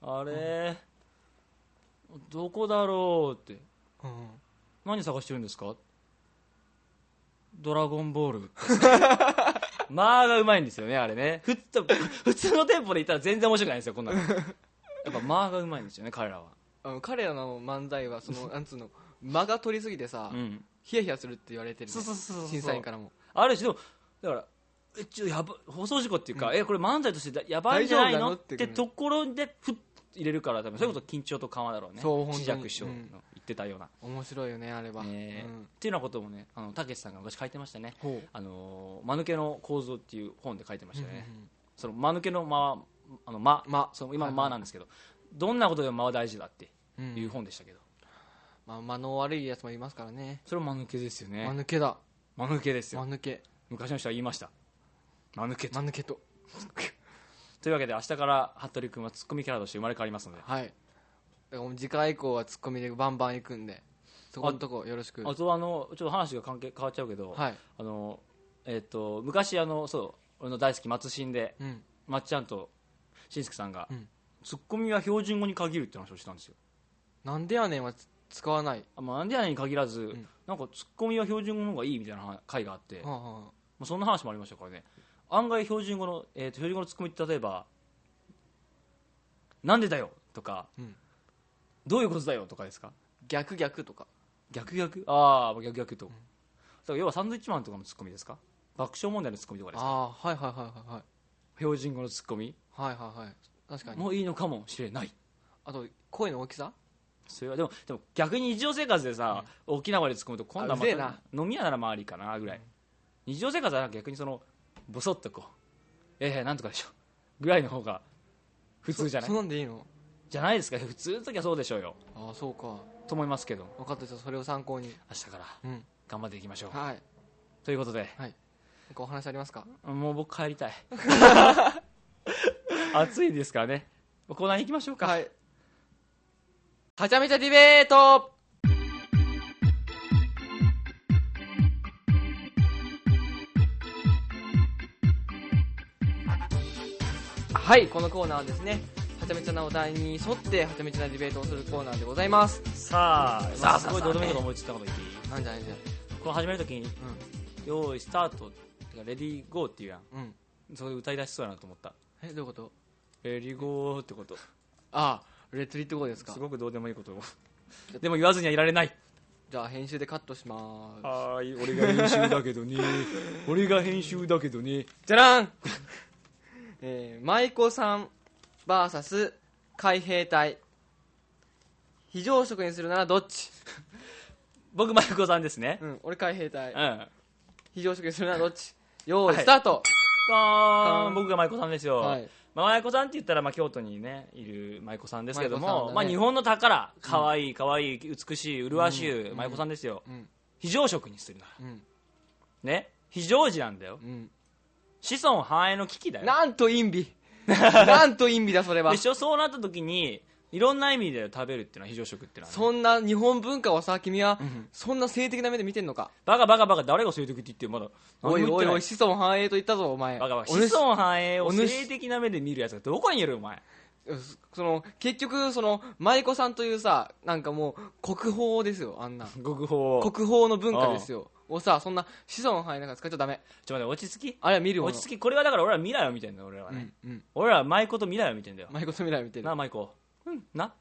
あれ、どこだろうって
うん
何探してるんですかドラゴンボー [LAUGHS] ルまあがうまいんですよねあれね普通普通のテンポで言ったら全然面白くないんですよこんなのやっぱまあがうまいんですよね彼らは
あの彼らの漫才はそのなんつうの間が取りすぎてさ、
うん
ヒヤヒヤするって言われてるね
そうそうそうそう
審査員からも
あるしでもだからえちょやば放送事故っていうか、えこれ漫才としてだやばいんじゃない
大丈夫な
の
の
っ
って
てところでふっ入れるから多分それこそ緊張と緩和だろうね
そう本当に
紫尺師匠の
うん
言ってたような、
面白いよねあれは、
ね
うん
っていうようなこともねあのたけしさんが昔書いてましたね
ほう
あのー間抜けの構造っていう本で書いてましたよね、
うんうんうん
その間抜けの間はあの間
間
その今の間なんですけど、どんなことでも間は大事だって
うん
いう本でしたけど、
まあ、間の悪いやつもいますからね
それも間抜けですよ
間
ね
抜けだ
間抜けです
間
よ
抜け
昔の人は言いました間抜けと
間抜けと
というわけで明日から服部君はツッコミキャラとして生まれ変わりますので
はいだからもう次回以降はツッコミでバンバン行くんでそこのとこよろしく
あとはあのちょっと話が関係変わっちゃうけど、
はい
あのえっと昔あのそう俺の大好き松新で
うん
まっちゃんとしんすけさんが、
うん
ツッコミは標準語に限るって話をしたんですよ
なんでやねんはつ使わない、
あまあなんでやねんに限らず、
ん
なんかツッコミは標準語の方がいいみたいな回があって、
は
ま
あはあ
あ、そんな話もありましたからね案外標準語の、えー、と標準語のツッコミって例えば「なんでだよ」とか、
うん
どういうことだよ」とかですか
逆逆とか
逆逆ああ逆逆と、だから要はサンドウィッチマンとかのツッコミですか爆笑問題のツッコミとかですか
ああはいはいはいはい
標準語のツッコミ
はいはいはいはい確かに
もういいのかもしれない
あと声の大きさ
それはでもでも逆に日常生活でさ、大きな声で突っ込むと今度はま
あうぜえな
た飲み屋なら周りかなぐらい、日常生活は逆にそのボソッとこう「ええなんとかでしょ」ぐらいの方が普通じゃない
そそんなんでいいの
じゃないですか普通の時はそうでしょうよ
ああそうか
と思いますけど
分かったじゃあそれを参考に
明日から
うん
頑張っていきましょう、
はい
ということで
なんかお話ありますか
もう僕帰り
[LAUGHS]
たい暑いですからねコーナーに行きましょうか、
いはちゃめちゃディベートはいこのコーナーはですねはちゃめちゃなお題に沿ってはちゃめちゃなディベートをするコーナーでございます
さあ
さあ
すごい
さあ
どうでもいいこと思いついたこと言っていい
なんじゃないんじゃ
この始めるときに
う
「用意スタート」てかレディーゴー」っていうやん
んうん
それ歌い出しそうやなと思った
えどういうこと
レディーゴーってこと
ああレッツリットゴーですか
すごくどうでもいいことをでも言わずにはいられない
じゃあ編集でカットしまーす
はーい俺が編集だけ [LAUGHS] どね俺が編集だけどね
じゃらん [LAUGHS] えー、舞妓さん VS 海兵隊非常食にするならどっち
僕マイコさんですね
うん俺海兵隊
うん
非常食にするならどっちよーい、
はい
スタート
あ
あー
僕が舞妓さんですよ、
はい
まあ、舞妓さんって言ったら、まあ、京都にねいる舞妓さんですけど
舞妓さん
も、
だね
まあ、日本の宝かわいいかわいい美しい麗しい舞妓さんですよ、
うん
非常食にするなら
うん
ね非常時なんだよ
うん
子孫繁栄の危機だよ
なんと陰 [LAUGHS] 微なんと陰微だそれは
でしょそうなった時にいろんな意味で食べるっていうのは非常食っていうのはね、
そんな日本文化をさ君はそんな性的な目で見てんのか
バカバカバカ誰が性的って言ってるまだ
おい
何も
おい
言ってな
おい子孫繁栄と言ったぞお前
バカバカ
お主
子孫繁栄を
お主
性的な目で見るやつがどこにいるお前
その結局その舞妓さんというさなんかもう国宝ですよあんな
国宝をちょっ
国宝の文化ですよをさそんな子孫の範囲なんか使っちゃダメ
と待って落ち着き
あれは見るもの
落ち着きこれはだから俺ら未来を見てんだよ俺らは
う
ね、
んうん
俺らは舞妓と未来を見てんだよ
舞妓と未来を見てる
なあ舞妓うんな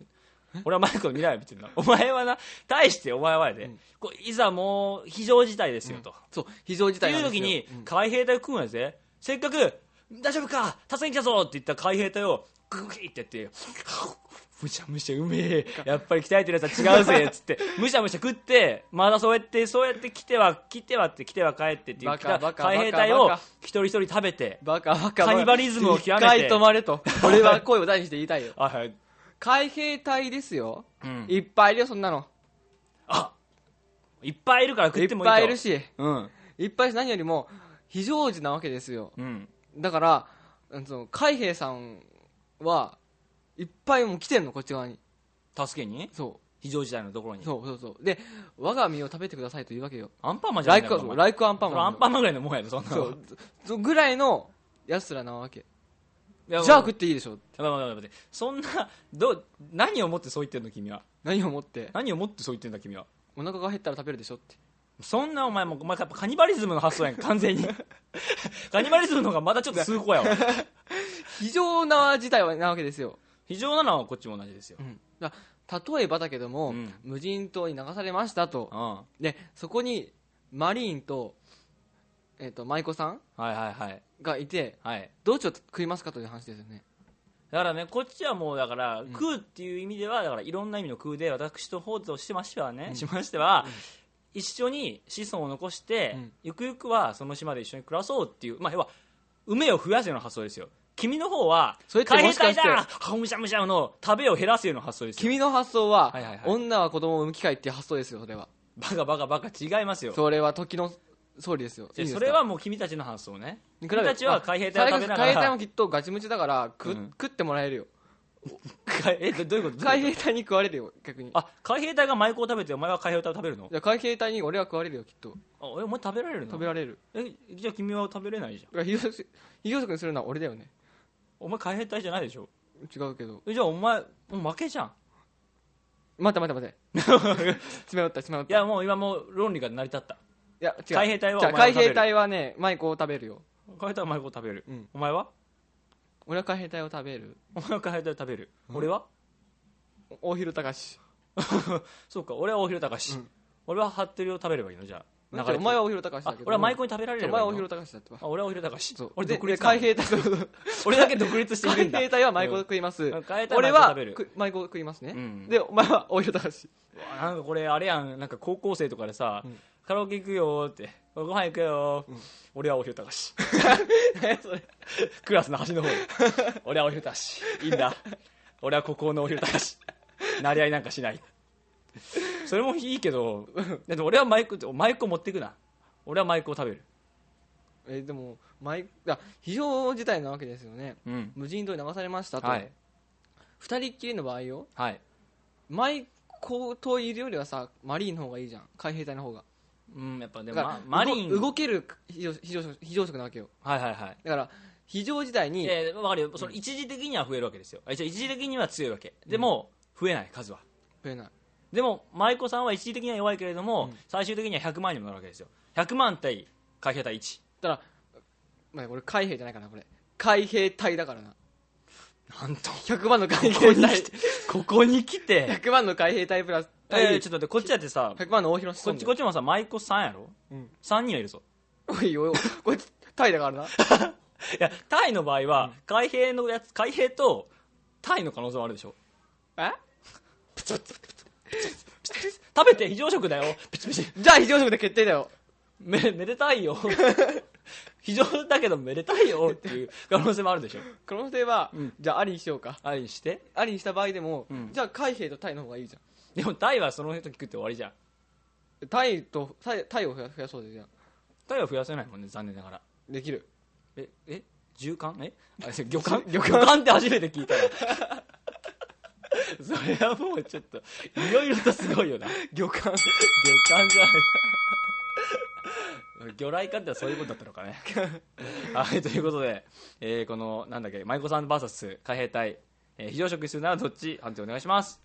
俺は舞妓と未来を見てんだお前はな大してお前はやで、こういざもう非常事態ですよと、
そう非常事
って
態
い
な
うん
で
時
すよ
に、海兵隊を組むんやぜせっかく大丈夫か助けに来たぞって言った海兵隊をグキってやってむしゃむしゃうめえやっぱり鍛えてるやつは違うぜっつっ
[LAUGHS]
てむしゃむしゃ食ってまだそうやってそうやって来ては来てはって来ては帰ってっていう
バカバカ
海兵隊を
バカ
一人一人食べて
バカバカ
カニバリズムを極めて
一回止まれと俺は声を大にして言いたいよ
あはい、
海兵隊ですよ
うん、
いっぱいいるよそんなの
あいっぱいいるから食
い
っ
って
もいいと
ぱいいるし
うん
いっぱいいるし何よりも非常時なわけですよ
うん
だからうんその海兵さんはいっぱいもう来てんのこっち側に
助けに
そ
非常事態のところに
うそうそうそうで我が身を食べてくださいというわけよ
アンパンマンじゃ
ラ
ないん
イ
だよ
クそう
お前
ライクアンパン
それ
マ
ア
ン
ンパンマンぐらいのもんやでそんなの [LAUGHS]
そうそうぐらいのやつらなわけ
い
じゃ
や
あ食っていいでしょ
待って待って待ってそんなどう何をもってそう言ってんの君は
何を持って
何をもってそう言ってんだ君は
お腹が減ったら食べるでしょって
そんなお前もうお前やっぱカニバリズムの発想やん完全にカニバリズムの方がまだちょっと崇高やわ
非常な事態はなわけですよ、
非常なのはこっちも同じですよ
うん、だから例えばだけども、
うん
無人島に流されましたと
うんは
でそこにマリーンと,、えっと舞妓さん
いはいはい
がいて
はい
どっちを食いますかという話ですよね
だからねこっちはもうだから、食うっていう意味ではだからいろんな意味の食うで私と方としてましてはね、しましては、一緒に子孫を残して、
うん
ゆくゆくはその島で一緒に暮らそうっていうまあ要は梅を増やすような発想ですよ君の方は
それって
海
も
兵
しか
隊
して
だハムシャムシャムの食べを減らすような発想ですよ
君の発想は,、
はいはいはい
女は子供を産む機会っていう発想ですよそれは
バカバカバカ違いますよ
それは時の総理ですよいい
で
です
そ
か
れはもう君たちの発想ね
に比べ
君たちは海兵隊を食べなが
海兵隊も
ら
きっとガチムチだから食,、
うん
食ってもらえるよ
えどどういうことどう
海
いうこと
兵隊に食われるよ逆に
あ海兵隊が舞妓を食べてお前は海兵隊を食べるの
じゃあ海兵隊に俺は食われるよきっと
あえお前食べられるの
食べられる
えじゃあ君は食べれないじゃん
だから秀吉秀吉君するのは俺だよね
お前海兵隊じゃないでしょ
違うけど
えじゃあお前もう負けじゃん
待って待って
[LAUGHS]
待ってしまったしまっ
い
たい
やもう今もう論理が成り立った
や違う
海兵隊は
じゃあ
お前
海
を食べる
兵隊はねマイコを食べるよ
海兵隊は舞妓を食べる、
うん
お前は
俺は海兵隊を食べる
お前は海兵隊を食べる、俺は
お大広隆
そうか俺は大広隆、
うん
俺は服部を食べればいいのじゃあ
だってお前
は
は大広隆だ
あ
けど
俺は舞妓に食べられ
じゃ
れ
あお
ば
前
いい
は
の
大広隆だってば
あ俺は大広
そう
隆俺独
でで
立なの
海兵隊
俺だけ独立している
海
んだ
兵隊は舞妓を食います、
うん海兵隊
俺
は舞妓を
は
食べる
く舞妓を食いますね、
うん
でお前は大広隆
わなんかこれあれやんなんか高校生とかでさ、カラオケ行くよーってご飯行くよー、俺はおひろたか [LAUGHS] し [LAUGHS] クラスの端の [LAUGHS] 方俺はおひろたかしいいんだ俺は孤高のおひろたかしなり合いなんかしないそれもいいけどでも俺はマイクマイクを持っていくな俺はマイクを食べる
えーでも舞あ非常事態なわけですよね
うん
無人島に流されましたと、
は
二
い
2人っきりの場合よ
はい
舞妓といるよりはさマリーンの方がいいじゃん海兵隊の方が
うんやっぱで
だ
も、
から
まマリン
動動ける非常非常食非常食なわけよ
はいはいはい
だから非常事態に
え分かるよその一時的には増えるわけですよあ一応一時的には強いわけでも、増えない数は
増えない
でも舞妓さんは一時的には弱いけれども、最終的には100万にもなるわけですよ100万対海兵隊1
だから、まあ、俺海兵じゃないかなこれ海兵隊だからな
なんと
100万の海
ここ
兵
に
隊
来て [LAUGHS] ここに来 [LAUGHS] て
100万の海兵隊プラス
え
隊
ーちょっと待ってこっちだってさ
100万の大広志
こっちこっ
ち
ちもさ舞妓さんやろ、
うん
3人はいるぞ
おいおいおいこっちタイだからない
やタイの場合は、海兵のやつ海兵とタイの可能性はあるでしょ
え
食べて非常食だ [LAUGHS] よピチピチ
じゃあ非常食で決定だよ
めめでたいよ [LAUGHS] 非常だけどめでたいよっていう可能性もあるでしょ
可能性は、
うん
じゃあありにしようか
あれにして
ありにした場合でも、
うん
じゃあ海兵とタイの方がいいじゃ
でもタイはその人聞くって終わりじゃん
んタイとタイタイを増や増やそうでじゃん
タイは増やせないもんね残念ながら
できる
ええ縦貫え [LAUGHS] あそれ魚貫魚貫って初めて聞いたら [LAUGHS] それはもうちょっといろいろとすごいよな
魚管
魚貫じゃない [LAUGHS] 魚雷艦ってのはそういうことだったのか [LAUGHS] ねはいということで、えーこのなんだっけ舞妓さん VS 海兵隊、えー非常食にするならどっち判定お願いします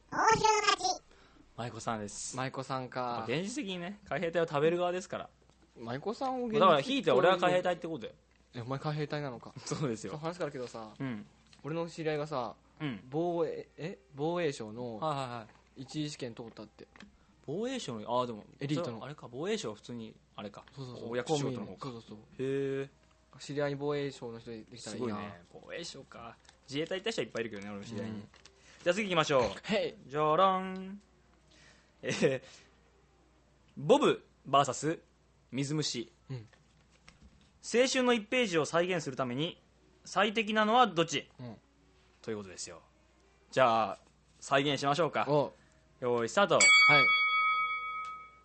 舞妓さんです、
舞妓さん
まあ
か
現実的にね海兵隊を食べる側ですから
舞妓さんを現
だからひいては俺は海兵隊ってことだよ
えお前海兵隊なのか
そうです
そう
よ
話からけどさ
うん
俺の知り合いがさ
うん
防衛え防衛省の
はいはいはい
一次試験通ったって
防衛省のああでも
エリートの
あれか防衛省は普通にあれか
そうそうそう
お役仕事の方か
公務員そうそう
へえ
そう知り合いに防衛省の人できたら
す
いい
ごい
な
ね防衛省か自衛隊行った人はいっぱいいるけどね俺の知り合いに、じゃあ次行きまし
[LAUGHS]
ょ
へいう
じゃらんえーボブ VS 水虫、
うん
青春の1ページを再現するために最適なのはどっち、
うん
ということですよじゃあ再現しましょうか
お
よーいスタート
はい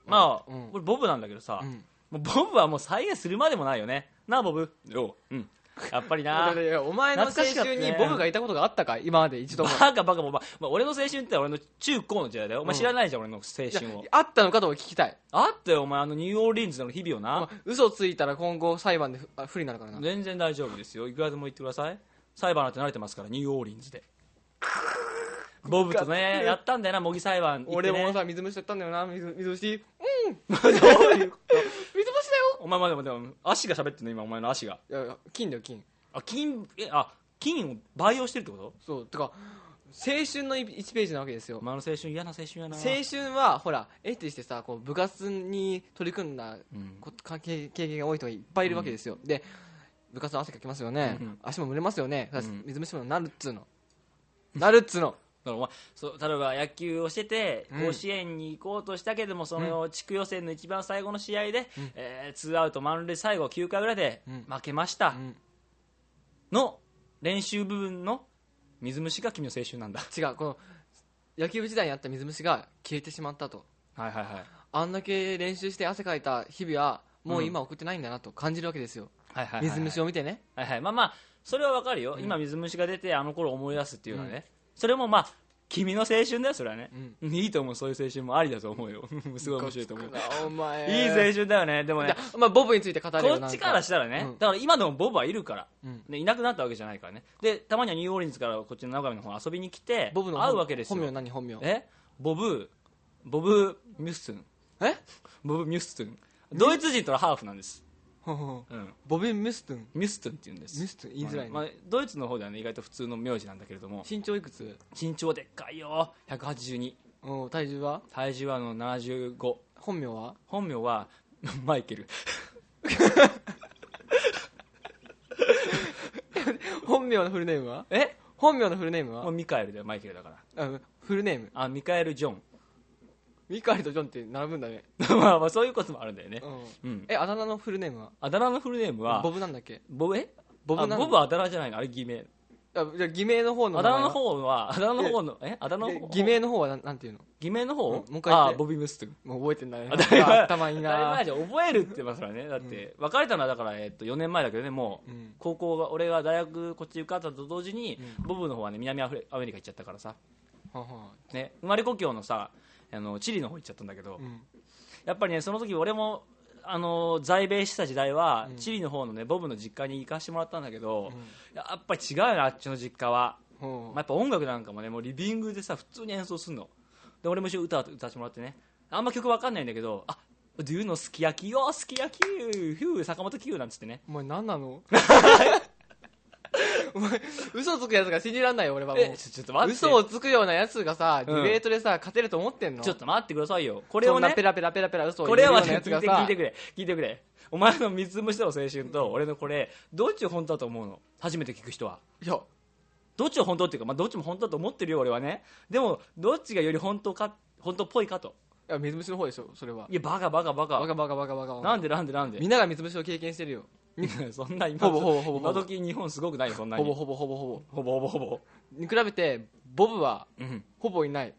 まあ、
うん
これボブなんだけどさ、
うん
もうボブはもう再現するまでもないよねなあボブよう
[LAUGHS]
うんやっぱりな
いやお前の青
懐かしかった
春
ね
にボブがいたことがあったか今まで一度
[LAUGHS] バ
も
カバカもうままあ、俺の青春って俺の中高の時代だよお前知らないじゃん、俺の青春を
いやあったのかとも聞きたい
あったよお前あのニューオーリンズの日々を
ま
な
あ嘘ついたら今後裁判でふあ不利になるからな
全然大丈夫ですよいくらでも言ってください裁判なんて慣れてますからニューオーリンズで
[LAUGHS]
ボブとねやったんだよな模擬裁判行って、ね、
俺もさ水虫だったんだよな水水虫 [LAUGHS]
どういうこと
水虫
お前までもでも足が喋ってんの今お前の足が
だよいやいや金だよ金
あ金えあ金を培養してるってこと
そうてか青春の1ページなわけですよ、
まあ、あの青春嫌な青春やな
青春はほらエッチしてさこう部活に取り組んだ
うん
こ [LAUGHS] か経経験が多い人がいっぱいいるわけですよ、で部活の汗かきますよね、
うん
足も蒸れますよね、
うん
水虫もなるっつうのなるっつうの
だからお前そう例えば野球をしてて
うん
甲子園に行こうとしたけども、その地区予選の一番最後の試合で、えーツーアウト満塁最後9回ぐらいで
うん
負けました、
うん
の練習部分の水虫が君の青春なんだ
違うこの野球部時代にあった水虫が消えてしまったと
はいはいはい
あんだけ練習して汗かいた日々はもう
うん
今送ってないんだなと感じるわけですよ、
はいはいはいはい
水虫を見てね
はいはいまあまあそれはわかるよ、今水虫が出てあの頃思い出すっていうのはね、それもまあ君の青春だよそれはね、 [LAUGHS] いいと思うそういう青春もありだと思うよ [LAUGHS] すごい面白いと思う、
ガチだお前
いい青春だよねでもね
まあ、ボブについて語れ
こ
よ
っちからしたらね、
うん
だから今でもボブはいるから、
うん
ね、いなくなったわけじゃないからねでたまにはニューオーリンズからこっちの長見の方遊びに来て
ボブの
会うわけです
本名
よ
何本名
えボブボブ・ミュッスン
え
ボブ・ミュッスンドイツ人とはハーフなんです、
ほうほう
うん、
ボビン・ミストン
ミュッスンって言うんです
ミストン言いづらいね、
まあまあドイツの方ではね意外と普通の名字なんだけれども
身長いくつ
身長でっかいよ182
うん体重は
体重はあの75
本名は
本名は [LAUGHS] マイケル
本名のフルネームは
え
本名のフルネーム
もう
は
ミカエルだよマイケルだから
あフルネーム
あミカエル・ジョン [LAUGHS]
ミカエルとジョンって並ぶんだね、
まあまあそういうこともあるんだよね
うん、
うん
えあだ名のフルネーム
あだ名のフルネーム
は
は
ボブなんだっけ
ボブえ
ボブ
あ
なんだ
ボブはあだ名じゃないのあれ偽名
あじゃあ偽名の方の
あ
名前
だ
は
名の方はあだ名の方のえあだ名の
え
方
偽名の方はなんなんていうの
偽名の方
うんもう一回言っ
あ
て
ボビー・ムストゥ
[LAUGHS]
ン
もう覚えてんだね
あだいぶ
頭いい
当たり
な
前じゃん覚えるって言いますからねだって別れたのはだからえっと4年前だけどねもう
うん
高校が俺が大学こっち受かったと同時に、ボブの方はね南アフリアメリカ行っちゃったからさ、
はは
ね、生まれ故郷のさあのチリの方行っちゃったんだけど、
うん
やっぱりねその時俺もあの在米してた時代は、チリの方のねボブの実家に行かしてもらったんだけど、やっぱり違うよねあっちの実家は、
ほ
ま
う
あ、やっぱ音楽なんかもねもうリビングでさ普通に演奏すんので俺も一緒に歌歌わせてもらってねあんま曲わかんないんだけどあ Do you know すき焼きよすき焼きふう坂本九なんつってね
お前何
[LAUGHS]
なのお前嘘つくやつが信じらんないよ俺はも
え
う
ちょちょっと待って
嘘をつくようなやつがさ、
うん
ディベートでさ勝てると思ってんの
ちょっと待ってくださいよこ
こ
れをね
ペラペラペラペラ嘘を
こ
言う
れ
よう
は
な
ね
やつ
聞い
が
て聞
さ
いてくれ聞いてくれお前の三つ星との青春と俺のこれどっちを本当だと思うの初めて聞く人はい
や
どっちを本当っていうか、まあ、どっちも本当だと思ってるよ俺はねでもどっちがより本当か本当っぽいかと
いや水虫の方でしょそれはい
やバカバカバカ
バカバカバカバカ
なんでなんでなんで
みんなが水虫を経験してるよ
[LAUGHS] そんな今
ほぼほぼほぼ
今時日本すごくないよそんなに
ほぼほぼほぼ
ほぼ
ほぼ
ほぼほぼ
に比べてボブは
うん
ほぼいない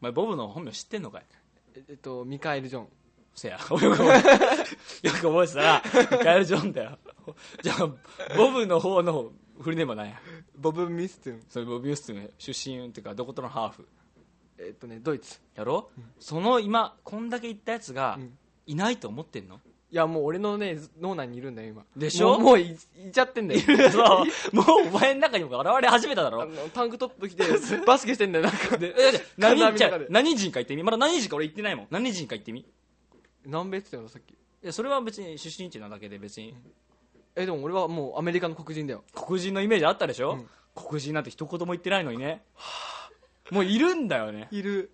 お前ボブの本名知ってんのかい
ええっとミカエル・ジョン
せや [LAUGHS] よく覚えよく覚えてたらミカエル・ジョンだよじゃあボブの方のフルネームは何や
ボブ・ミストゥン
それボブ・ユーストン出身っていうかどことのハーフ
えっとねドイツ
やろ、その今こんだけ言ったやつが
うん
いないと思ってんの、
いやもう俺のねず脳内にいるんだよ今
でしょ
もうもういいちゃってんだよ
[LAUGHS]
[LAUGHS]
そうもうお前の中にも現れ始めただ
あ
ろ
のタンクトップ着てバスケしてんだよなん [LAUGHS] か
でえ何人じゃ
体の中で
何人か言ってみまだ何人か俺言ってないもん何人か言ってみい
南米って言ったよさっき
やそれは別に出身地なだけで別に
えでも俺はもうアメリカの黒人だよ
黒人のイメージあったでしょ、黒人なんて一言も言ってないのにねもういるんだよね
いる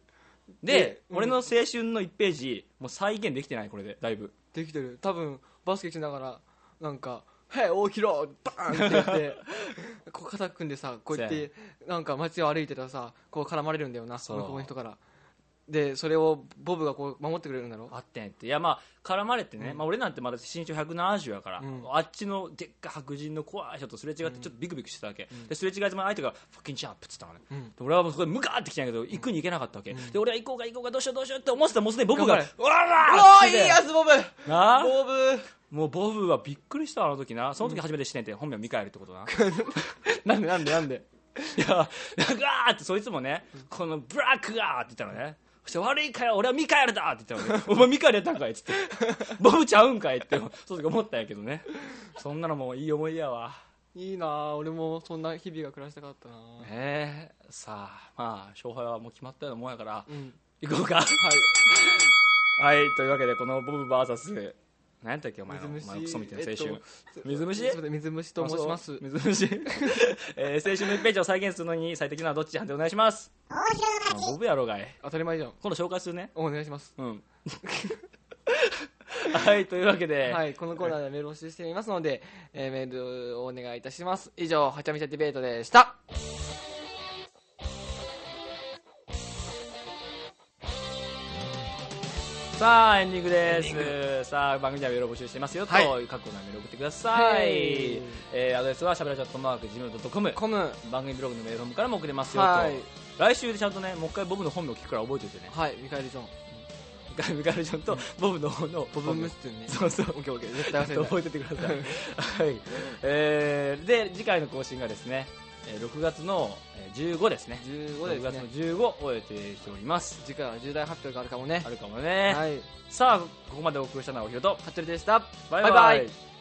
で
で、うん
俺の青春の1ページもう再現できてないこれでだいぶ
できてる多分バスケしながらなんか「はい大広バーン!」って言 [LAUGHS] ってこう肩組んでさこうやってなんか街を歩いてたらさこう絡まれるんだよな
そう
向こうの人からでそれをボブがこう守ってくれるんだろ
あってんっていやまあ絡まれてね、まあ、俺なんてまだ身長170やから、
うん
あっちのでっかい白人の怖い人とすれ違ってちょっとビクビクしてたわけ、ですれ違いつま相手が「ファッキンチャンプ」っつったのね、
うん
で俺はもうそこでムカーってきたんやけど行くに行けなかったわけ、で俺は行こうか行こうかどうしようどうしようって思ってたらもうすでにボブが
頑
「うわら
お
ー!」っ
ーいい
て
やつボブ
なあ
ボブ
もうボブはびっくりしたあの時なその時初めて知ってんて本名ミカエルってことない
なんでなんでなんで
やなんかあーってそいつもねこのブラックがーって言ったのねそして悪いかよ俺はミカエルだって言った
[LAUGHS]
のねお前ミカエルやったんかいって言ってボブちゃうんかいってその時思ったんやけどねそんなのもういい思いやわ
いいなあ俺もそんな日々が暮らしたかったな
ねえさあまあ勝敗はもう決まったようなもんやから
うん
行こうか
はい
はいというわけでこのボブ VS、何やったっけお前のお
水虫
前のクソみたいな青春、
えっ
水虫
すいません水虫と申しま
あ
す
そう水虫、 [LAUGHS] えー青春の1ページを再現するのに最適なのはどっち判定お願いしますあボブやろうがい
当たり前じゃん
今度紹介するね
お願いします
うん [LAUGHS] はいというわけで、
はい、このコーナーではメールを募集していますので、えーメールをお願いいたします。以上、はちゃめちゃディベートでした。
さあエンディングですさあ番組ではメールを募集していますよ、
はい
という過去のメールを送ってください、
はい
えーアドレスはしゃべらチャットマーク Gmail.com
コム、は
番組ブログのメールフォームからも送れますよと、
い、
来週でちゃんとねもう一回ボブの本名を聞くから覚えておいてね
はい、ミカエル・ジョン、
ガ [LAUGHS] ミガルジョンとボブの方のボ
ボブ・ムステンね。
そうそう
オッケーオッケー、絶対忘れない。
覚えててください、はいえーで次回の更新がですねえー6月のえー15ですね
15ですね
6。月の15を終えてしております
次回は重大発表があるかもね
あ。るかもね、
はい、
さあここまでお送りしたのはおひろと
ハッチョリでした。
バイバイ
バイバイ